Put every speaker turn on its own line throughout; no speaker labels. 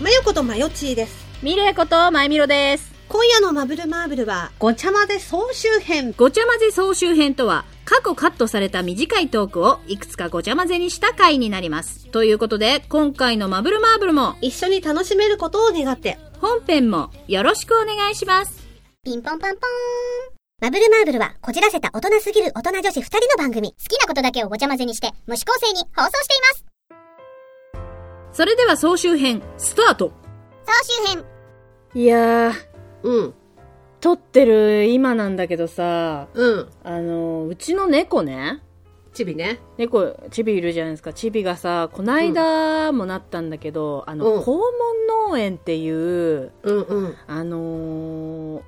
レことマヨチーです。
ミレイことまゆみろです。
今夜のマブルマーブルは、ごちゃ混ぜ総集編。
ごちゃ混ぜ総集編とは、過去カットされた短いトークをいくつかごちゃ混ぜにした回になります。ということで、今回のマブルマーブルも、
一緒に楽しめることを願って。
本編もよろしくお願いします。
ピンポンパンポーン。マブルマーブルは、こじらせた大人すぎる大人女子二人の番組。好きなことだけをごちゃ混ぜにして、無視構成に放送しています。
それでは総集編、スタート
総集編。
いやー、
うん、
撮ってる今なんだけどさ、
うん。
あの、うちの猫ね、
チビね。
猫、チビいるじゃないですか。チビがさ、こないだもなったんだけど、あの、
うん
肛門農園っていう、
うんうん。
あのー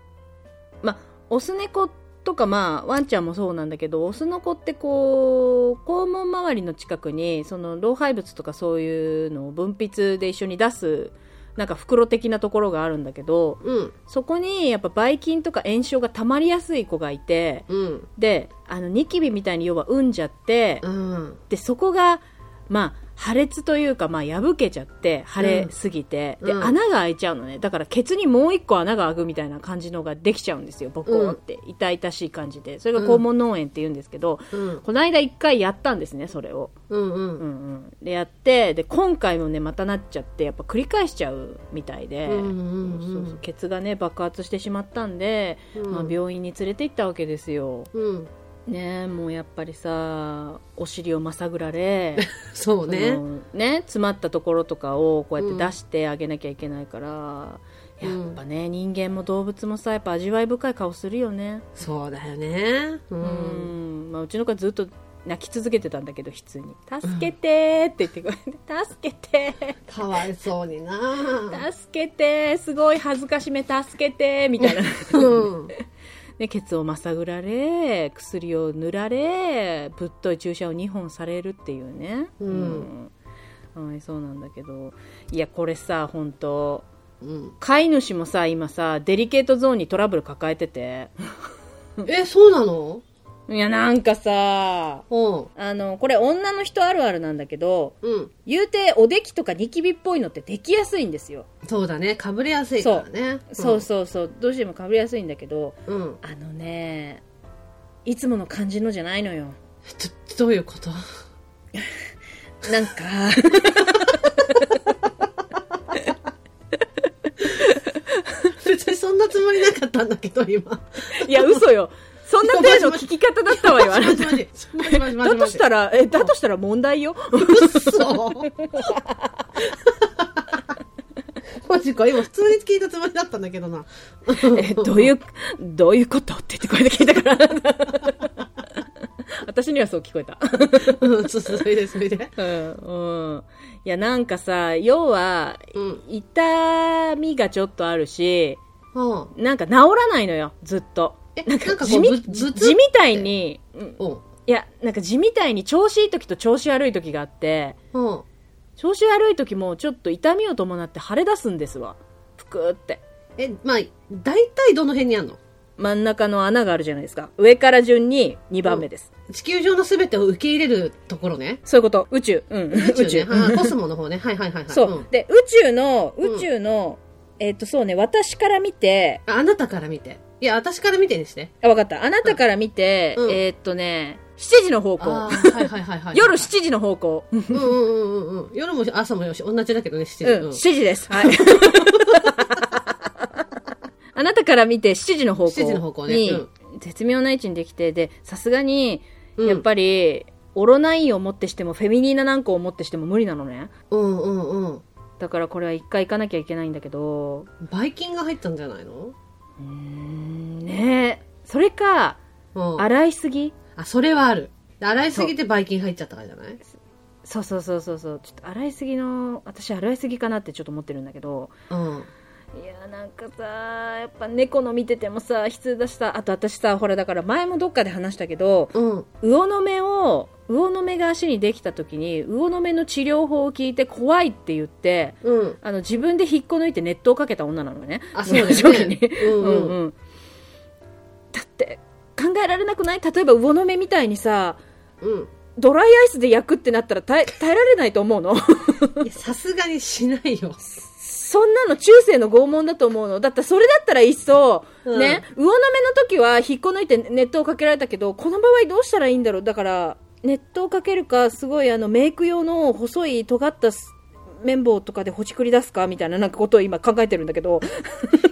まあオス猫とかまあワンちゃんもそうなんだけどオスの子ってこう肛門周りの近くにその老廃物とかそういうのを分泌で一緒に出すなんか袋的なところがあるんだけど
うん、
そこにやっぱばい菌とか炎症が溜まりやすい子がいて
うん、
であのニキビみたいに要は産んじゃって
うん。
でそこがまあ破裂というか、まあ、破けちゃって腫れすぎて、
うん
で
うん
穴が開いちゃうのねだからケツにもう一個穴が開くみたいな感じのができちゃうんですよボコーンって、痛々しい感じでそれが肛門農園って言うんですけど、
うん、
この間一回やったんですねそれを、
うん、う。
うんんうん、でやってで今回もねまたなっちゃってやっぱ繰り返しちゃうみたいで、
うんうんうん
そうそうケツがね爆発してしまったんで、まあ、病院に連れて行ったわけですよ
うん、
ねえもうやっぱりさお尻をまさぐられ
そう
あ
ね。
のね詰まったところとかをこうやって出してあげなきゃいけないから、
うん
やっぱね人間も動物もさやっぱ味わい深い顔するよね
そうだよね。う。
うんん、まあ、うちの子はずっと泣き続けてたんだけど悲痛に「助けて」って言ってくれて「助けて
かわいそうにな。
助けてすごい恥ずかしめ助けて」みた いな
うん。
でケツをまさぐられ薬を塗られぶっとい注射を2本されるっていうね
うん、
うんはい、そうなんだけどいやこれさ本当
うん。
飼い主もさ今さデリケートゾーンにトラブル抱えてて
え、そうなの
いやなんかさ
うん。
あのこれ女の人あるあるなんだけど
うん。
言うておできとかニキビっぽいのってできやすいんですよ、
そうだね。かぶれやすいからね。
そうそうそうどうしてもかぶりやすいんだけど
うん。うん。
あのねいつもの感じのじゃないのよ
ちょ、どういうこと
なんか
別にそんなつもりなかったんだけど、今。
いや嘘よそんな程度聞き方だったわよあ
も
な
しも
た
しもしもしも
だ
しもし
としたらえだとしたら問題よ
嘘マジか、今普通に聞いたつもりだったんだけどな。
えどういう、どういうことって言って声で聞いたから。私にはそう聞こえた。
うん、そうそう、それで、それで。
うん。うん。いや、なんかさ、要は、
うん。
痛みがちょっとあるし、
うん。
なんか治らないのよ、ずっと。
え、なんかこう、
地み、
ず、ず
地みたいに、うん
うん。
いや、なんか地みたいに調子いい時と調子悪い時があって、
うん。
調子悪い時もちょっと痛みを伴って腫れ出すんですわ。ぷくーって。
え、まあ、大体どの辺にあるの
真ん中の穴があるじゃないですか。上から順に2番目です。
地球上のすべてを受け入れるところね。
そういうこと。宇宙。うん。
宇宙
宇宙。
ね。あーコスモの方ね。はいはいはいはい。
そう、
ん
で、宇宙の、
うん
宇宙の、えっ、と、そうね、私から見て、
ああなたから見て。いや、私から見てにして。
あ、わかった。あなたから見て、
うん
えっ、とね、7時の方
あ
向。
ーはいはいはいはい。
夜7時の方向。うん、
うんうんうんうんうん。夜も朝もよし、同じだけどね、7時。
7時です。はい。 あなたから見て7時の方向に。
7時の方向ねう
絶妙な位置にできて、で、さすがに、
うん
やっぱり、オロナインを持ってしても、フェミニーナなんかを持ってしても無理なのね。
うんうんうん。
だからこれは一回行かなきゃいけないんだけど、
バイキンが入ったんじゃないの
うーんねえそれか
うん。
洗いすぎ
あ、それはある。洗いすぎてばい菌入っちゃったからじゃない
そうそうそうそうそうちょっと洗いすぎの私洗いすぎかなってちょっと思ってるんだけど
うん。
いやーなんかさやっぱ猫の見ててもさ悲痛だしさあと私さほらだから前もどっかで話したけど
うん。
魚の目を魚の目が足にできた時に魚の目の治療法を聞いて怖いって言って
うん。
あの自分で引っこ抜いて熱湯をかけた女なのね
あ、そうですね。
正直に
う
うん
んうん。
うんだって考えられなくない例えば魚の目みたいにさ
うん。
ドライアイスで焼くってなったら耐え耐えられないと思うの
いや、さすがにしないよ。
そんなの中世の拷問だと思うの。だってそれだったらいっそ、
うん
ね、魚の目の時は引っこ抜いて熱湯をかけられたけど、この場合どうしたらいいんだろう。だから、熱湯をかけるか、すごいあの、メイク用の細い尖ったす綿棒とかでほじくり出すか、みたいななんかことを今考えてるんだけ ど、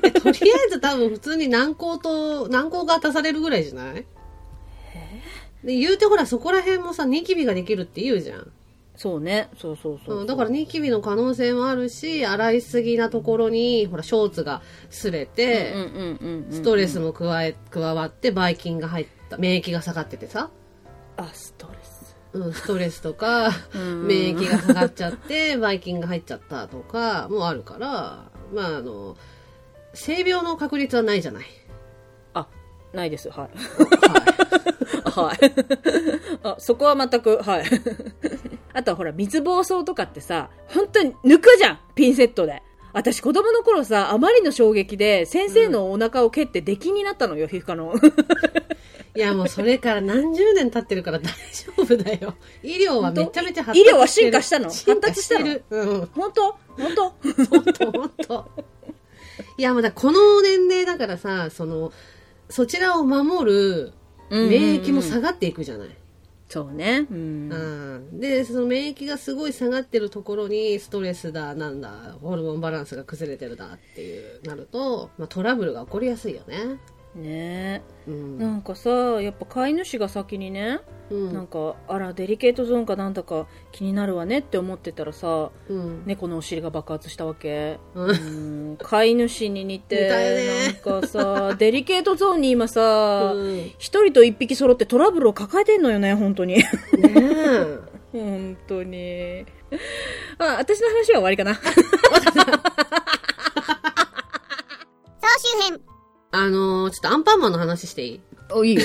えとりあえず多分普通に軟膏と、軟膏が足されるぐらいじゃないで言うてほらそこら辺もさニキビができるって言うじゃん
そうね、そうそうそう。
うん、だからニキビの可能性もあるし洗いすぎなところにほらショーツが擦れて、
うんうんうんうん
ストレスも加え加わってばい菌が入った免疫が下がっててさ、
あ、ストレス。
うん、ストレスとか
うん
免疫が下がっちゃってばい菌が入っちゃったとかもあるからまああの性病の確率はないじゃない。
あ、ないです、はい。
は
はい。あ、そこは全く、はい。あとはほら、水疱瘡とかってさ、本当に抜くじゃんピンセットで。私子供の頃さ、あまりの衝撃で、先生のお腹を蹴って出禁になったのよ、皮膚科の。
い、いやもうそれから何十年経ってるから大丈夫だよ医療はめちゃめちゃ発達してる
医療は進化したの
進化してる
発
うん
本当本当
本当本当いやまだこの年齢だからさそのそちらを守る免疫も下がっていくじゃない、
そうね。うん
うん。でその免疫がすごい下がってるところにストレスだなんだホルモンバランスが崩れてるだっていうなると、まあ、トラブルが起こりやすいよね
ね
う
え。
ん、
なんかさ、やっぱ飼い主が先にね、
うん
なんか、あら、デリケートゾーンかなんだか気になるわねって思ってたらさ、
うん
猫のお尻が爆発したわけ。
うん
うん飼い主に似て
似たよね
なんか さデリケートゾーンに今さ
うん
一、人と一匹揃ってトラブルを抱えてんのよね本当に
ねえ
本当にあ私の話は終わりかな
総集編。
あのーちょっとアンパンマンの話していい
お いいよ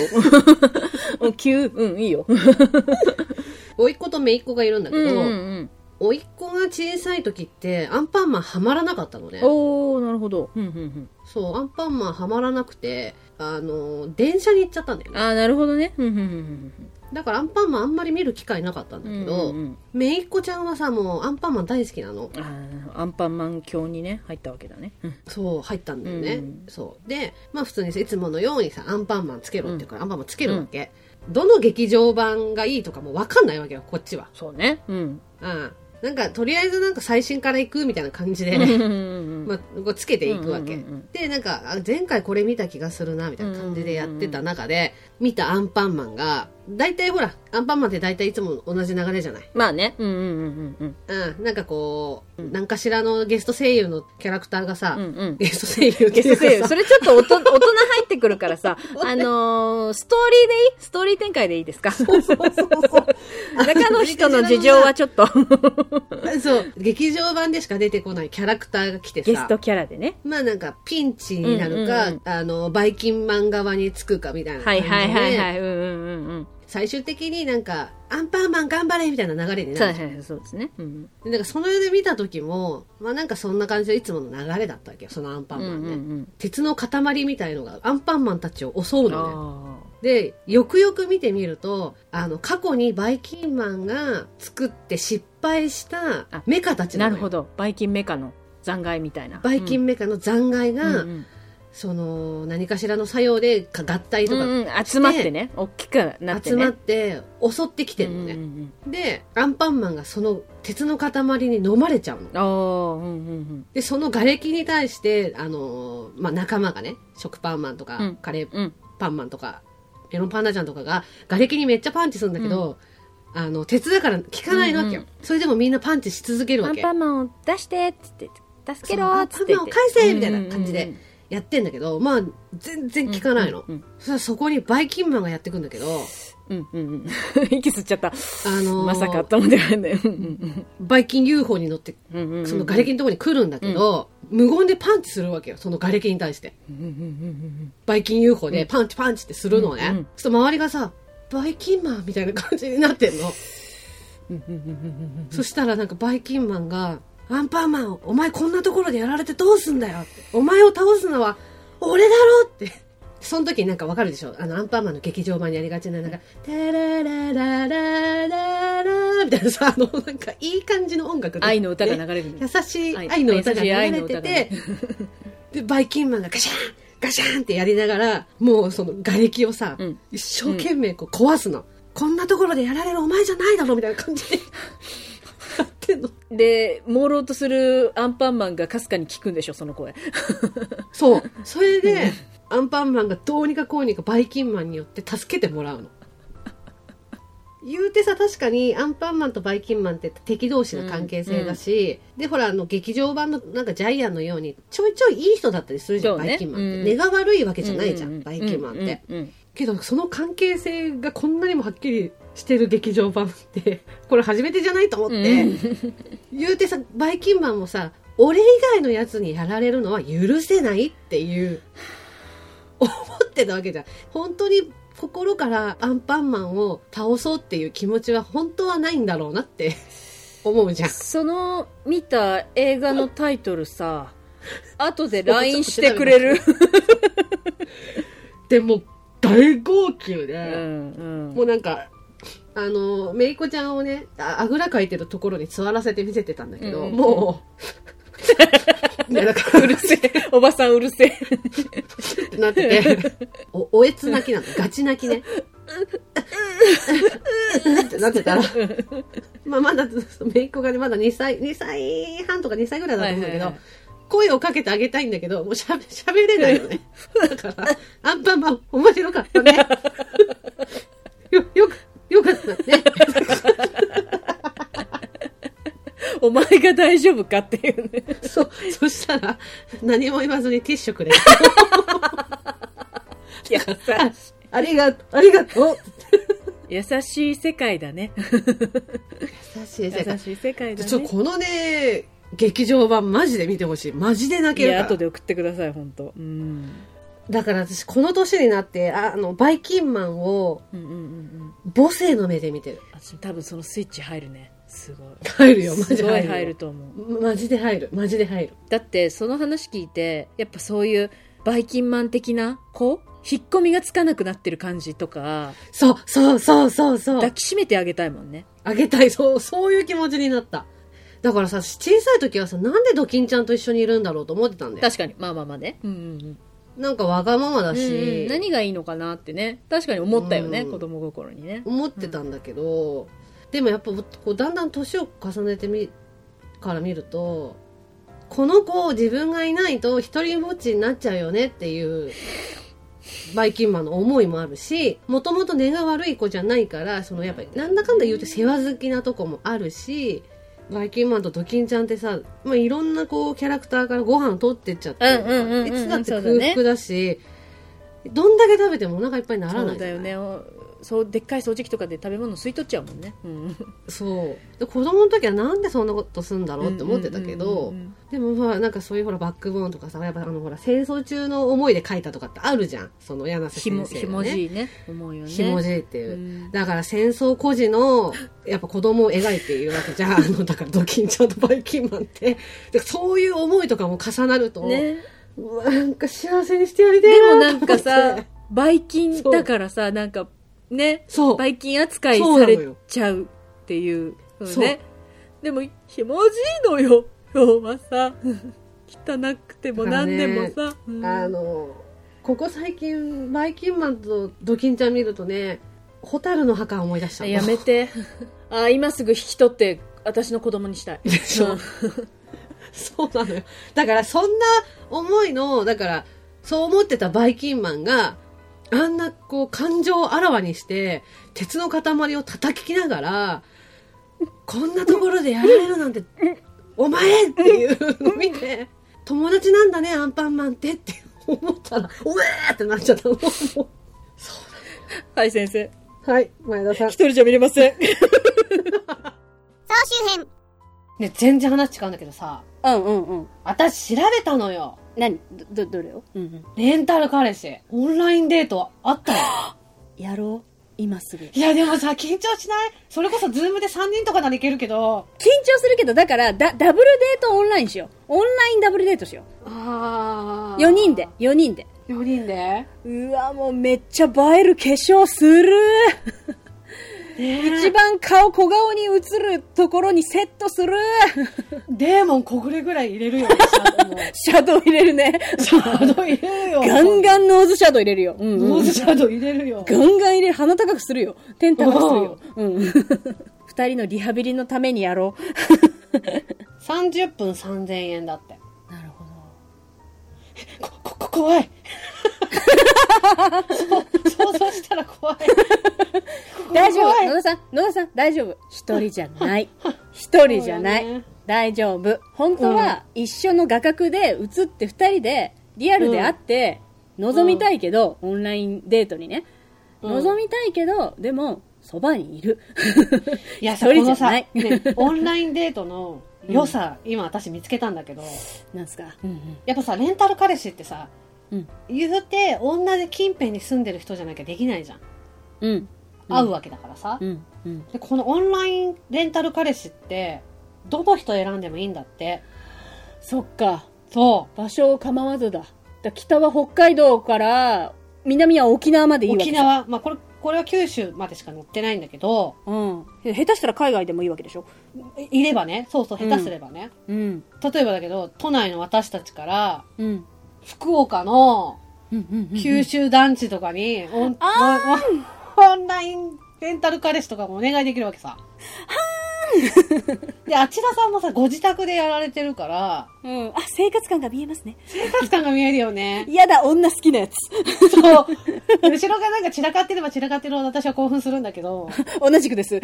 お急うんいいよ
甥っ子と姪っ子がいるんだけ
うんう
ど、
ん
甥っ子が小さい時ってアンパンマンはまらなかったのね
うんおおなるほどうんうん
そう、アンパンマンはまらなくて、あの、電車に行っちゃったんだよ
うん
ね。
ああなるほどねうんうんうん
だからアンパンマンあんまり見る機会なかったんだ
うん
け
うんう
ど、
ん
めいっ子ちゃんはさ、もうアンパンマン大好きなの。
あーアンパンマン教にね入ったわけだねうん
そう、入ったんだよね。
うん
そう。で、まあ普通にさいつものようにさ、アンパンマンつけろって言うから、アンパンマンつけるわけ。どの劇場版がいいとかもわかんないわけよ、こっちは。
そうねうん
うん。なんか、とりあえずなんか最新から行くみたいな感じで、
うんうんうん
まあ、こうつけていくわけ。
うんうんうん
で、なんか、あ前回これ見た気がするな、みたいな感じでやってた中で、見たアンパンマンが、大体ほら、アンパンマンって大体いつも同じ流れじゃない。
まあねうんうんうんうん
うん。なんかこう、なんかしらのゲスト声優のキャラクターがさ、
うんうん
ゲスト声優って
ゲ
い
ス
うか
ト声優
さ
それちょっと大 人大人入ってくるから さ、あのーストーリーでいいストーリー展開でいいですか
そうそうそう
中の人の事情はちょっ と、
そう。 そう、劇場版でしか出てこないキャラクターが来てさ、
ゲストキャラでね。
まあなんかピンチになる
うん
か、
うん
あの、バイキンマン側につくかみたいな
は
感
い
じで、
はいはいはい。うんうんうん
最終的になんか、アンパンマン頑張れみたいな流れに
うん。
なるじ
そうん
ゃ
はいはいそうですね。うん。
でなんかその世で見た時も、まあなんかそんな感じでいつもの流れだったわけよ、そのアンパ
う
ン
んう
マンね。
ん
鉄の塊みたいのがアンパンマンたちを襲
う。
うんのね。
あ
で、よくよく見てみると、あの、過去にバイキンマンが作って失敗した
あ
メカたち
あ。な
の
る
よ
ほど。バイキンメカの残骸みたいな。
バイキ
ン
ンメカの残骸が、
うんうん
その、何かしらの作用でか合体と
う
か
んうん集まってね。大きくなって
集
ね。
まって襲ってきてるのね。
うんうん
で、アンパンマンがその鉄の塊に飲まれちゃうの
うん。。ああ、うんうん
で、その瓦礫に対して、あのーまあ、仲間がね、食パンマンとか、
うん
カレー
うん。うん。
パンマンとか、メロンパンダちゃんとかが、瓦礫にめっちゃパンチするんだけど、あの、鉄だから効かないわけよ。
うん
それでもみんなパンチし続ける
ア
わ
ン
け。
パンマンを出してっつって、助けろーっつって
そうアンパンマンを返せみたいな感じで
で
やってんだけど、まあ、全然効かないの。
うん
そしたらそこにバイキンマンがやってくんだけど、
うんうんうん。 息吸っちゃった。
あのー
まさかと思ってないんだよ。うん
バイキン UFO に乗って、
うんうんうんうん
その瓦礫のところに来るんだけど、無言でパンチするわけよ。その瓦礫に対して。
うんうんうん
バイキン UFO でパンチパンチってするのね。
うんうん
ちょっと周りがさ、バイキンマンみたいな感じになってんの。
うんうんうんうんうん
そしたらなんかバイキンマンが、アンパンマン、お前こんなところでやられてどうすんだよって。お前を倒すのは俺だろって。その時になんかわかるでしょあの、アンパンマンの劇場版にありがちな、なんか、タララララララみたいなさ、あの、なんか、いい感じの音楽で
愛の歌が流れるみたい
優しい
な
愛の歌が流
愛
れ
の
て
歌が
て
ね、
で、バイキンマンがガシャンガシャンってやりながら、もうその瓦礫をさ、
うん
一生懸命こう壊すの。こんなところでやられるお前じゃないだろみたいな感じでやってんの。
で朦朧とするアンパンマンがかすかに聞くんでしょその声
そう。それで、アンパンマンがどうにかこうにかバイキンマンによって助けてもらうの。言うてさ、確かにアンパンマンとバイキンマンって敵同士の関係性だし、で、ほら、あの、劇場版のなんかジャイアンのように、ちょいちょいいい人だったりするじゃ
そ
ん、
う
バ
ね
イキンマンって。
うん
根が悪いわけじゃないじゃん、バイキンマンって。
うんうんうん
けど、その関係性がこんなにもはっきりしてる劇場版って、 これ初めてじゃないと思って、言うてさ、バイキンマンもさ、俺以外のやつにやられるのは許せないって いう、思ってたわけじゃん。本当に心からアンパンマンを倒そうっていう気持ちは本当はないんだろうなって思うじゃん。
その見た映画のタイトルさ後 で LINE してくれる、
でも、大号泣
う
で、
ん
もうなんか、あの、めいこちゃんをね、ああぐらかいてるところに座らせて見せてたんだけど、
うん
も う、いや、なんか、
うるせえおばさんうるせえ
ってなってて、お、おえつ泣きなの。ガチ泣きね。ってなってたら、まあまだ、めいっ子がね、まだ2歳、2歳半とか2歳ぐらいだと思うんだけど、
はいはいはい
声をかけてあげたいんだけど、もうしゃべしゃべれないよね。だから、アンパンマン、面白かったね。よ、よく、よかったね。
お前が大丈夫かっていう ね
そう、そしたら、何も言わずにティッシュくれ。
優し
ありがとう、ありがとう。
い優しい世界だね
優しい世界
優。しい世界だね
ちょこのね劇場版マジで見てほしいマジで泣
い
けるか
や
ら
後で送ってください本当うん
だから私この年になってああのバイキンマンを
うんうんうんうん
母性の目で見てる
私多分そのスイッチ入るねすごい
入るよマジ
す
で
ご
入
い
る
入ると思う
マジで入るマジで入る
だってその話聞いてやっぱそういうバイキンマン的な子引っ込みがつかなくなってる感じとか
そうそうそうそうそ
抱
う
きしめてあげたいもんね
あげたいそうそういう気持ちになっただからさ小さい時はさなんでドキンちゃんと一緒にいるんだろうと思ってたんだよ
確かにまあまあまあねうんうん
なんかわがまま
う
だ
ん
し、
うん何がいいのかなってね確かに思ったよね
うん
子供心にね
思ってたんだけど、でもやっぱこうだんだん年を重ねてみから見るとこの子自分がいないと一人ぼっちになっちゃうよねっていうバイキンマンの思いもあるしもともと根が悪い子じゃないからそのやっぱりなんだかんだ言うて世話好きなとこもあるしバイキンマンとドキンちゃんってさ、まあ、いろんなこうキャラクターからご飯取ってっちゃって、
うんうんうんうん
いつだって
そうだね
空腹だしどんだけ食べてもお腹いっぱいになら
そ
ないうじ
だ
ゃない
よねおそうでっかい掃除機とかで食べ物吸い取っちゃうもんねうん
そうで子供の時はなんでそんなことすんだろうって思ってたけど
うんうんうんうん
でもまあなんかそういうほらバックボーンとかさやっぱあのほら戦争中の思いで書いたとかってあるじゃんその柳瀬
ひも
先生
ひ
が
も
ね
じいね思うよね
ひもじいっていうう、
ん
だから戦争孤児のやっぱ子供を描いているわけ じゃんあのだからドキンちゃんとバイキンマンってでそういう思いとかも重なると、
ね
うわなんか幸せにしてやりたい
でも
な
な
と
ん
思って
かさばい菌だからさなんかね
そう
ばい菌扱い
そう
さ
なの
れ
よ
ちゃうっていうの
そう
ねでもひもじいのよ今日はさ汚くても
だから
何
ね
でもさ、うん
あのここ最近バイキンマンとドキンちゃん見るとね蛍の墓を思い出したの
やめ てあ今すぐ引き取って私の子供にしたい
でしょ
うん
そうなのよだからそんな思いのだからそう思ってたバイキンマンがあんなこう感情をあらわにして鉄の塊を叩きながらこんなところでやられるなんてお前っていうのを見て友達なんだねアンパンマンってって思ったらうえーってなっちゃったのも
はい先生
うはい前田さん
一人じゃ見れません
総集編。
ね、全然話違うんだけどさ、
うんうんうん
私調べたのよ。
何どどれを、うんうん、
レンタル彼氏。オンラインデートあった よ。
やろう今すぐ
いや、でもさ、緊張しないそれこそズームで3人とかならいけるけど。
緊張するけど、だから、だ、ダブルデートオンラインしよう。オンラインダブルデートしよ
あ
う。4人で、4人で。
4人で
うわ、もうめっちゃ映える化粧する。一番顔、小顔に映るところにセットする。
デーモン小暮ぐらい入れる よねシャド
シャドウ
ウも
入れるね。
シャドウ入れるよ
ガンガンノーズシャドウ入れるよ。うん、
ノーズシャドウ入れるよ
ガンガン入れる。鼻高くするよ。天高くするよ。うん。 二人のリハビリのためにやろ
30分3000円だって
う。なるほど。
こ、こ、こ怖 いそう想像したら怖い
大丈
怖
夫。
い
野田さん、野田さん、大丈夫。一人じゃ ない。一人じゃない。
そうだね
大丈夫。本当は一緒の画角で映って二人でリアルで会って、望みたいけど、オンラインデートにね。
うん
望みたいけど、でも、そばにいる。
いや
一人
この
じゃ
さ、
ない
ね、オンラインデートの良さ、今私見つけたんだけど
なんすか。うんうん。
やっぱさレンタル彼氏ってさ、
うん
言うて女で近辺に住んでる人じゃなきゃできないじゃん
うん。
会うわけだからさ、
うん。うん。
でこのオンラインレンタル彼氏ってどの人選んでもいいんだって
そっか。
そ
場所を構わずだ。だから北は北海道から、南は沖縄まで
う
いいわけ
沖
じゃん。
縄まあこれこれは九州までしか載ってないんだけど
うん。下手したら海外でもいいわけでしょ。
いいればねそうそう
う
下
ん
手すればね、
うん。
例えばだけど都内の私たちから
うん。
福岡の
うんうんうん
九州団地とかにオン,、オンオンラインレンタル彼氏とかもお願いできるわけさ。で、あちらさんもさ、ご自宅でやられてる から、
うん。あ、生活感が見えますね。
生活感が見えるよね。
嫌だ、女好きなやつ。
そう。後ろがなんか散らかってれば散らかってるほど私は興奮するんだけど、
同じく です。
ね、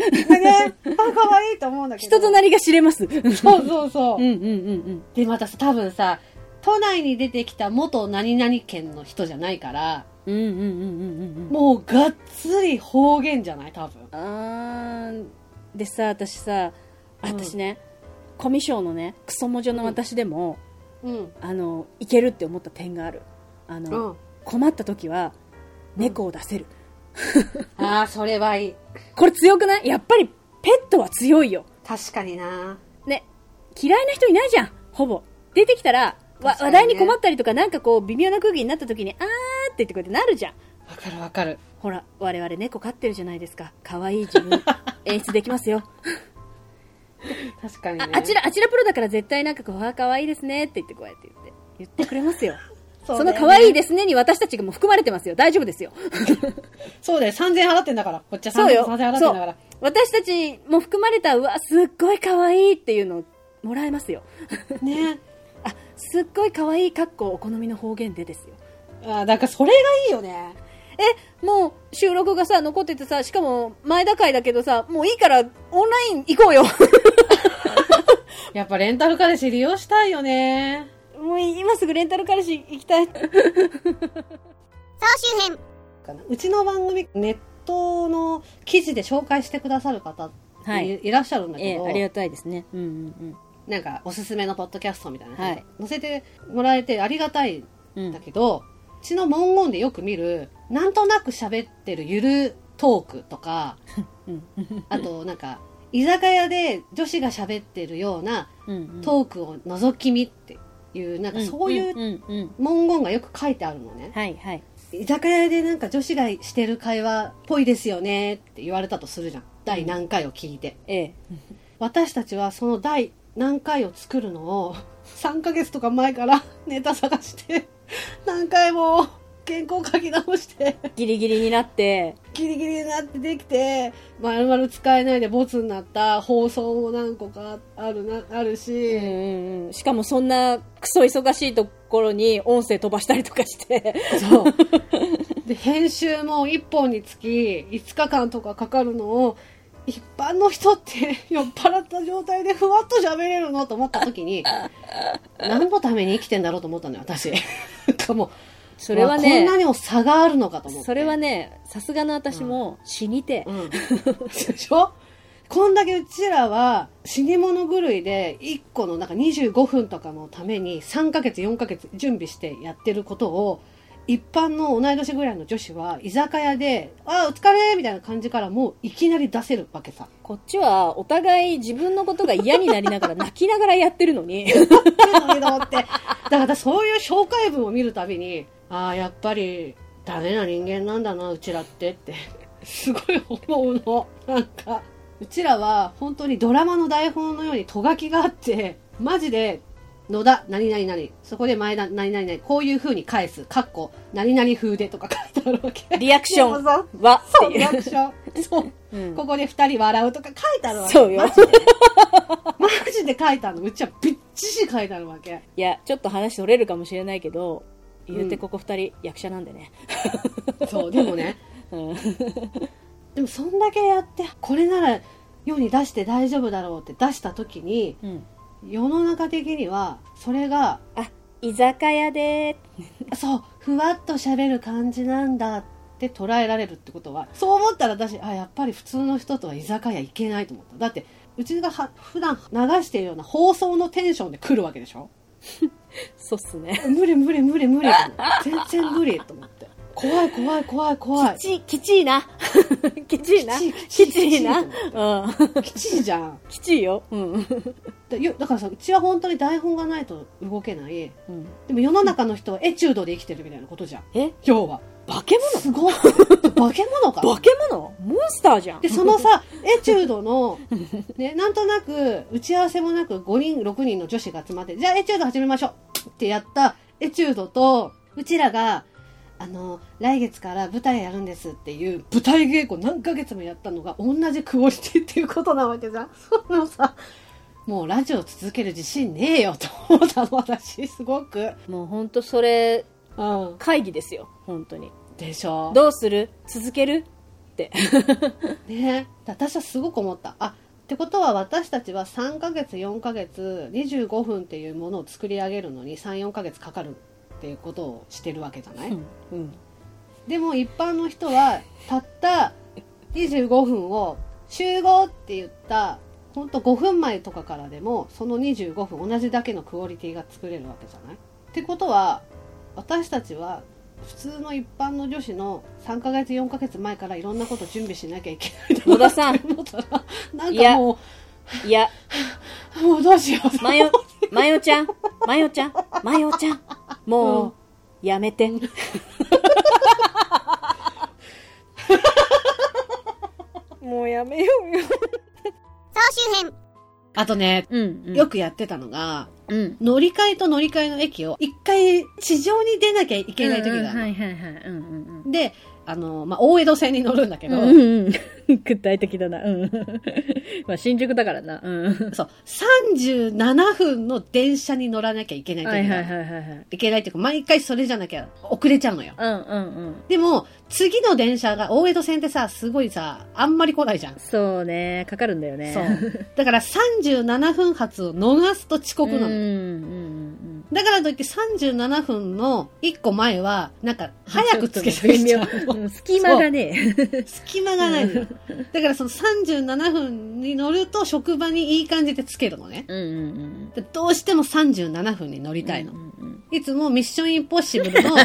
あ可愛いと思うんだけど。
人となりが知れます。う
そうそうそう。
んうんうん
で、またさ、多分さ、都内に出てきた元何々県の人じゃないから、
うん。うんうんうんうんうんうん。
もうがっつり方言じゃない多分。
あーでさ、私さ、
うん
私ね、コミショのね、クソモジョの私でも、
うん。
あの、いけるって思った点がある。あの、
うん。
困った時は、猫を出せる。
ああ、それはいい。
これ強くないやっぱり、ペットは強いよ。
確かにな。
ね、嫌いな人いないじゃん、ほぼ。出てきたら、わ
確
話
かにね
題に困ったりとか、なんかこう、微妙な空気になった時に、あーって言ってくれてなるじゃん。
わかるわかる。
ほら、我々猫飼ってるじゃないですか。可愛い自 分、演出できますよ。
確かにね
あ、。あちら、あちらプロだから絶対なんかこう、あー可愛いですねって言ってこうやって言って、言ってくれます よ。その可愛いですねに私たちがもう含まれてますよ。大丈夫 ですよ。
そうだよ。3000円払ってんだから。こっちは
そう
3000円
よ。
払ってんだ
そ
か
う
ら。。
私たちも含まれた、うわ、すっごい可愛いっていうのをもらえますよ。
ね。
あ、すっごい可愛いかっこお好みの方言でですよ。
あーだからそれがいいよね。
え、もう収録がさ、残っててさ、しかも前田会だけどさ、もういいからオンライン行こうよ。
やっぱレンタル彼氏利用したいよね。
もう今すぐレンタル彼氏行きたい。
総集編。
かなうちの番組、ネットの記事で紹介してくださる方ってい,、
はいい、
らっしゃるんだ
え
け
え、
ど、
ありがたいですね。うんうん
なんかおすすめのポッドキャストみたいな、
はい
載せてもらえてありがたい
うん。うんん
だけど、うちの文言でよく見る、なんとなく喋ってるゆるトークとか、
うん
あとなんか、居酒屋で女子が喋ってるような
うん
トークを覗き見っていう、なんかそういううん
うんうん
文言がよく書いてあるのね。
はいはい。
居酒屋でなんか女子がしてる会話っぽいですよねって言われたとするじゃん。第何回を聞いて。
ええ。
私たちはその第何回を作るのを 3ヶ月とか前からネタ探して、何回も原稿書き直して、
ギリギリになって、
ギリギリになってできて、まるまる使えないでボツになった放送も何個かあるな、あるし、
うんうんうん。しかもそんなクソ忙しいところに音声飛ばしたりとか して。
そう。で、編集も1本につき5日間とかかかるのを、一般の人って酔っ払った状態でふわっと喋れるのと思った時に、何のために生きてんだろうと思ったのよ、私。 なんかもう、
それは
うわこん
ね
な、にも差があるのかと思って。
それはね、さすがの私も死にて
う。ん。でしょこんだけうちらは死に物狂いで1個のなんか25分とかのために3ヶ月4ヶ月準備してやってることを一般の同い年ぐらいの女子は居酒屋で「あーお疲れ!」みたいな感じからもういきなり出せるわけさ。
こっちはお互い自分のことが嫌になりながら泣きながらやってるのに。
だけどってだからそういう紹介文を見るたびにああやっぱりダメな人間なんだなうちらってってすごい思うのなんかうちらは本当にドラマの台本のようにとがきがあってマジで野田何々何そこで前田何々何こういう風に返すかっこ何々風でとか書いてあるわけ
リアクション
そう
は
そう
って
リ
い
ア
う
クションそう
うん
ここで二人笑うとか書いてあるわけ
そうよ
マジでマジで書いてあるのうちはびっちし書いてあるわけ
いやちょっと話取れるかもしれないけど言うてここ二人役者なんでね、
そうでもね
うん、
でもそんだけやってこれなら世に出して大丈夫だろうって出した時に
うん
世の中的にはそれが
あ居酒屋で
そうふわっと喋る感じなんだって捉えられるってことはそう思ったら私あやっぱり普通の人とは居酒屋行けないと思っただってうちがは普段流しているような放送のテンションで来るわけでしょ
そうっすね
無理無理無理無理と思って全然無理と思って怖い怖い怖い怖 い
きちきちいなきちいな
きちい
きちいな
きちい
うん
きちいじゃん
きちいようん、
だよだからさうちは本当に台本がないと動けない
うん、
でも世の中の人はエチュードで生きてるみたいなことじゃん
え
要は
化け物
すごい化け物 か
化け物モンスターじゃん
でそのさエチュードの、ね、なんとなく打ち合わせもなく5人6人の女子が集まってじゃあエチュード始めましょうってやったエチュードとうちらがあの来月から舞台やるんですっていう舞台稽古何ヶ月もやったのが同じクオリティっていうことなわけじゃんそのさもうラジオ続ける自信ねえよと思ったの私すごく
もうほんとそれ
うん
会議ですよ本当に
でしょ
どうする続けるって
ねだ私はすごく思ったあってことは私たちは3ヶ月4ヶ月25分っていうものを作り上げるのに34ヶ月かかるっていうことをしてるわけじゃない、
うんうん
でも一般の人はたった25分を集合って言ったほんと5分前とかからでもその25分同じだけのクオリティが作れるわけじゃないってことは私たちは普通の一般の女子の3ヶ月4ヶ月前からいろんなこと準備しなきゃいけない
野田さん
思ったらなん
いや
かも
いや
うもうどうしよう
マヨ、マヨちゃん、マヨちゃん、マヨちゃん、もう、
うん
やめて。もうやめようよ。
総集編
あとね
うん、うん。
よくやってたのが、
うん。
乗り換えと乗り換えの駅を一回地上に出なきゃいけない時があるの、
はいはいはい。うんうん
で、あの、まあ、大江戸線に乗るんだけど、
うんうん、 具体的だな。うん。まあ、新宿だからな。うん。
そう、37分の電車に乗らなきゃいけないと
はい
い
は
う
い
か、
はい
い
はいはい。
けないっていうか、毎回それじゃなきゃ遅れちゃうのよ。
うんうんうん。
でも、次の電車が、大江戸線ってさ、すごいさ、あんまり来ないじゃん。
そうね、かかるんだよね。
そ。う。だから37分発を逃すと遅刻な
うん
の。
うん
だからといって37分の1個前は、なんか、
うん。
早くつけてきちゃうの。
うん隙間がね。
隙間がない のよ。だからその37分に乗ると職場にいい感じでつけるのね。
うんうんうん。
でどうしても37分に乗りたいの。
うんうんうん
いつもミッションインポッシブ ルのお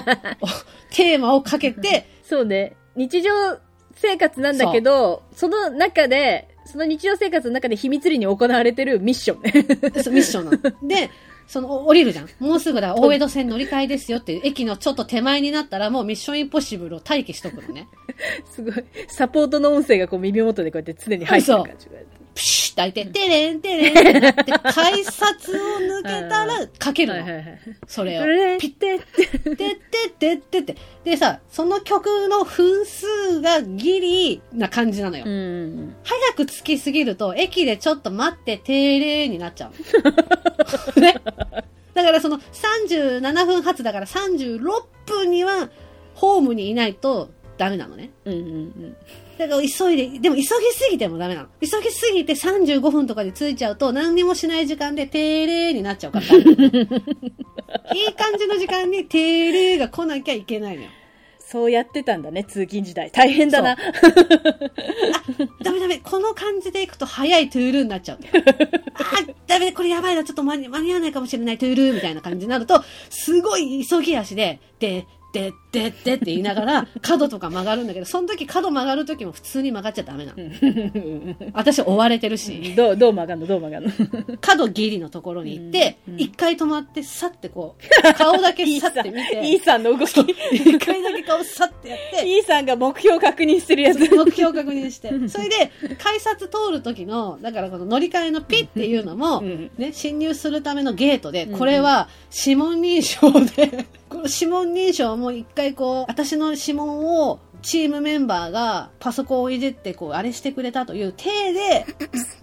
テーマをかけて、
そうね。日常生活なんだけど、その中で、その日常生活の中で秘密裏に行われてるミッション ね。
そうミッションなの。で、その、お降りるじゃん。もうすぐだ、大江戸線乗り換えですよっていう、駅のちょっと手前になったら、もうミッションインポッシブルを待機しとくのね。
すごい。サポートの音声がこう耳元でこうやって常に入ってる感じが。
プシュッと開いて、テレンテレンってなって、改札を抜けたら、かける
はいはい
の。
はい。
そ
そ
れを。
れ
ピ
ピ
ッ
ッてって。
てってってって。でさ、その曲の分数がギリな感じなのよ
う。ん。
早く着きすぎると、駅でちょっと待って、定例になっちゃう。 ね。だからその37分発だから36分にはホームにいないとダメなのね。
うんうん
だから急いで、でも急ぎすぎてもダメなの。急ぎすぎて35分とかで着いちゃうと何にもしない時間で定例になっちゃうからダメなの。いい感じの時間に定例が来なきゃいけないのよ。
そうやってたんだね、通勤時代。大変だな。
ダメダメ、この感じでいくと早いトゥールーにな っちゃうんだよ。あー、ダメ、これやばいな、ちょっと間に間に合わないかもしれないトゥールーみたいな感じになると、すごい急ぎ足で、で、でってってって言いながら、角とか曲がるんだけど、その時角曲がる時も普通に曲がっちゃダメなの。私追われてるし、
どう、どう曲がんのどう曲がんの
角ギリのところに行って
う、んうん
一回止まって、さってこう、顔だけ
イー
さ
サ
って 見て、
ン、イーサンの動き。
一回だけ顔さってやって、
イーサンが目標確認 してるやつ。
目標を確 認して、それで、改札通る時の、だからこの乗り換えのピッっていうのも、
うん
ね、侵入するためのゲートで、
うんうん
これは指紋認証で、 この指紋認証も一回こう、私の指紋をチームメンバーがパソコンをいじってこう、あれしてくれたという 体で、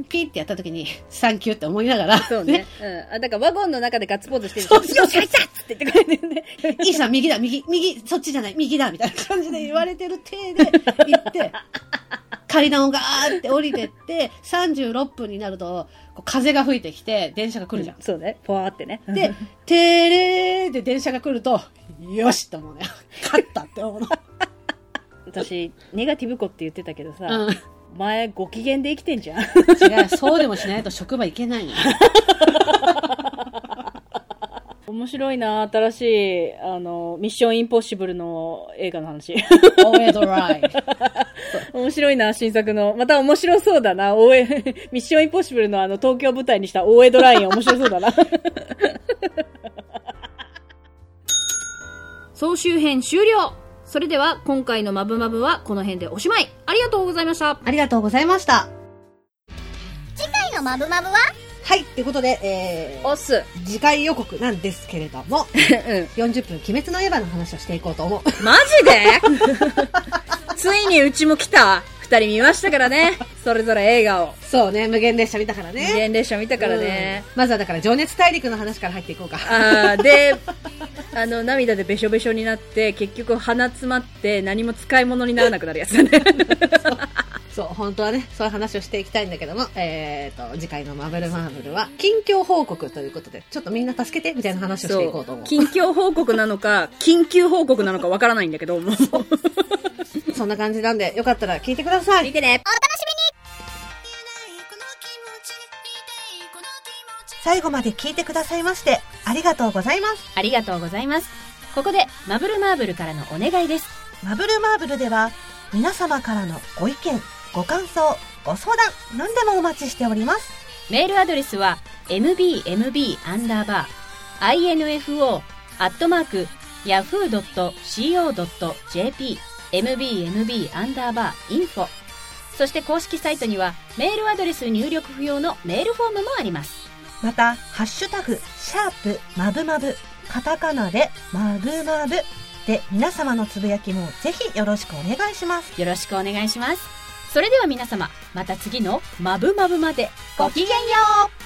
ピッてやった時に、サンキューって思いながら、
そうね。うん。あ、だからワゴンの中でガッツポーズしてる。
そうそう
よし、入ったって言ってくれてるね。
いいさん、右だ、右、右、そっちじゃない、右だ、みたいな感じで言われてる体で行って、階段をガーって降りてって、36分になると、こう風が吹いてきて、電車が来るじゃん。
そうね。ぽわーってね。
で、てれーで電車が来ると、よしと思うね。勝ったって思うの。
私、ネガティブ子って言ってたけどさ、
うん。
前、ご機嫌で生きてんじゃん。
違う、そうでもしないと職場行けないの。
面白いな新しい、あの、ミッションインポッシブルの映画の話。
オーエドライ。
面白いな、新作の。また面白そうだな、応 援、ミッションインポッシブルのあの、東京舞台にした大江ドライン面白そうだな。 総集編終了それでは、今回のマブマブはこの辺でおしまいありがとうございました
ありがとうございました。
次回のマブマブは
はい、ということで、えー、
おっす。
次回予告なんですけれど も、
うん。
40分、鬼滅の刃の話をしていこうと思う。
マジで ついにうちも来た二人見ましたからね。それぞれ映画を。
そうね、無限列車見たからね。
無限列車見たからね。
うんまずはだから、情熱大陸の話から入っていこうか。
あーで、あの、涙でべしょべしょになって、結局鼻詰まって何も使い物にならなくなるやつだね。
そう、本当はね、そういう話をしていきたいんだけども、えーと、次回のマブルマーブルは、近況報告ということで、ちょっとみんな助けて、みたいな話をしてい こうと思う。
近況報告なのか、緊急報告なのかわからないんだけど、もう。
そんな感じなんで、よかったら聞いてください。
てね。
最後まで聞いてくださいまして、ありがとうございます。
ありがとうございます。ここで、マブルマーブルからのお願いです。
マブルマーブルでは皆様からのご意見、ご感想、ご相談、何でもお待ちしております。
メールアドレスは、mbmb-info-yahoo.co.jp mbmb-info そして公式サイトには、メールアドレス入力不要のメールフォームもあります。
また、ハッシュタグ、シャープ、マブマブ、カタカナで、マブマブで皆様のつぶやきもぜひよろしくお願いします。
よろしくお願いします。それでは皆様、また次のマブマブまでごきげんよう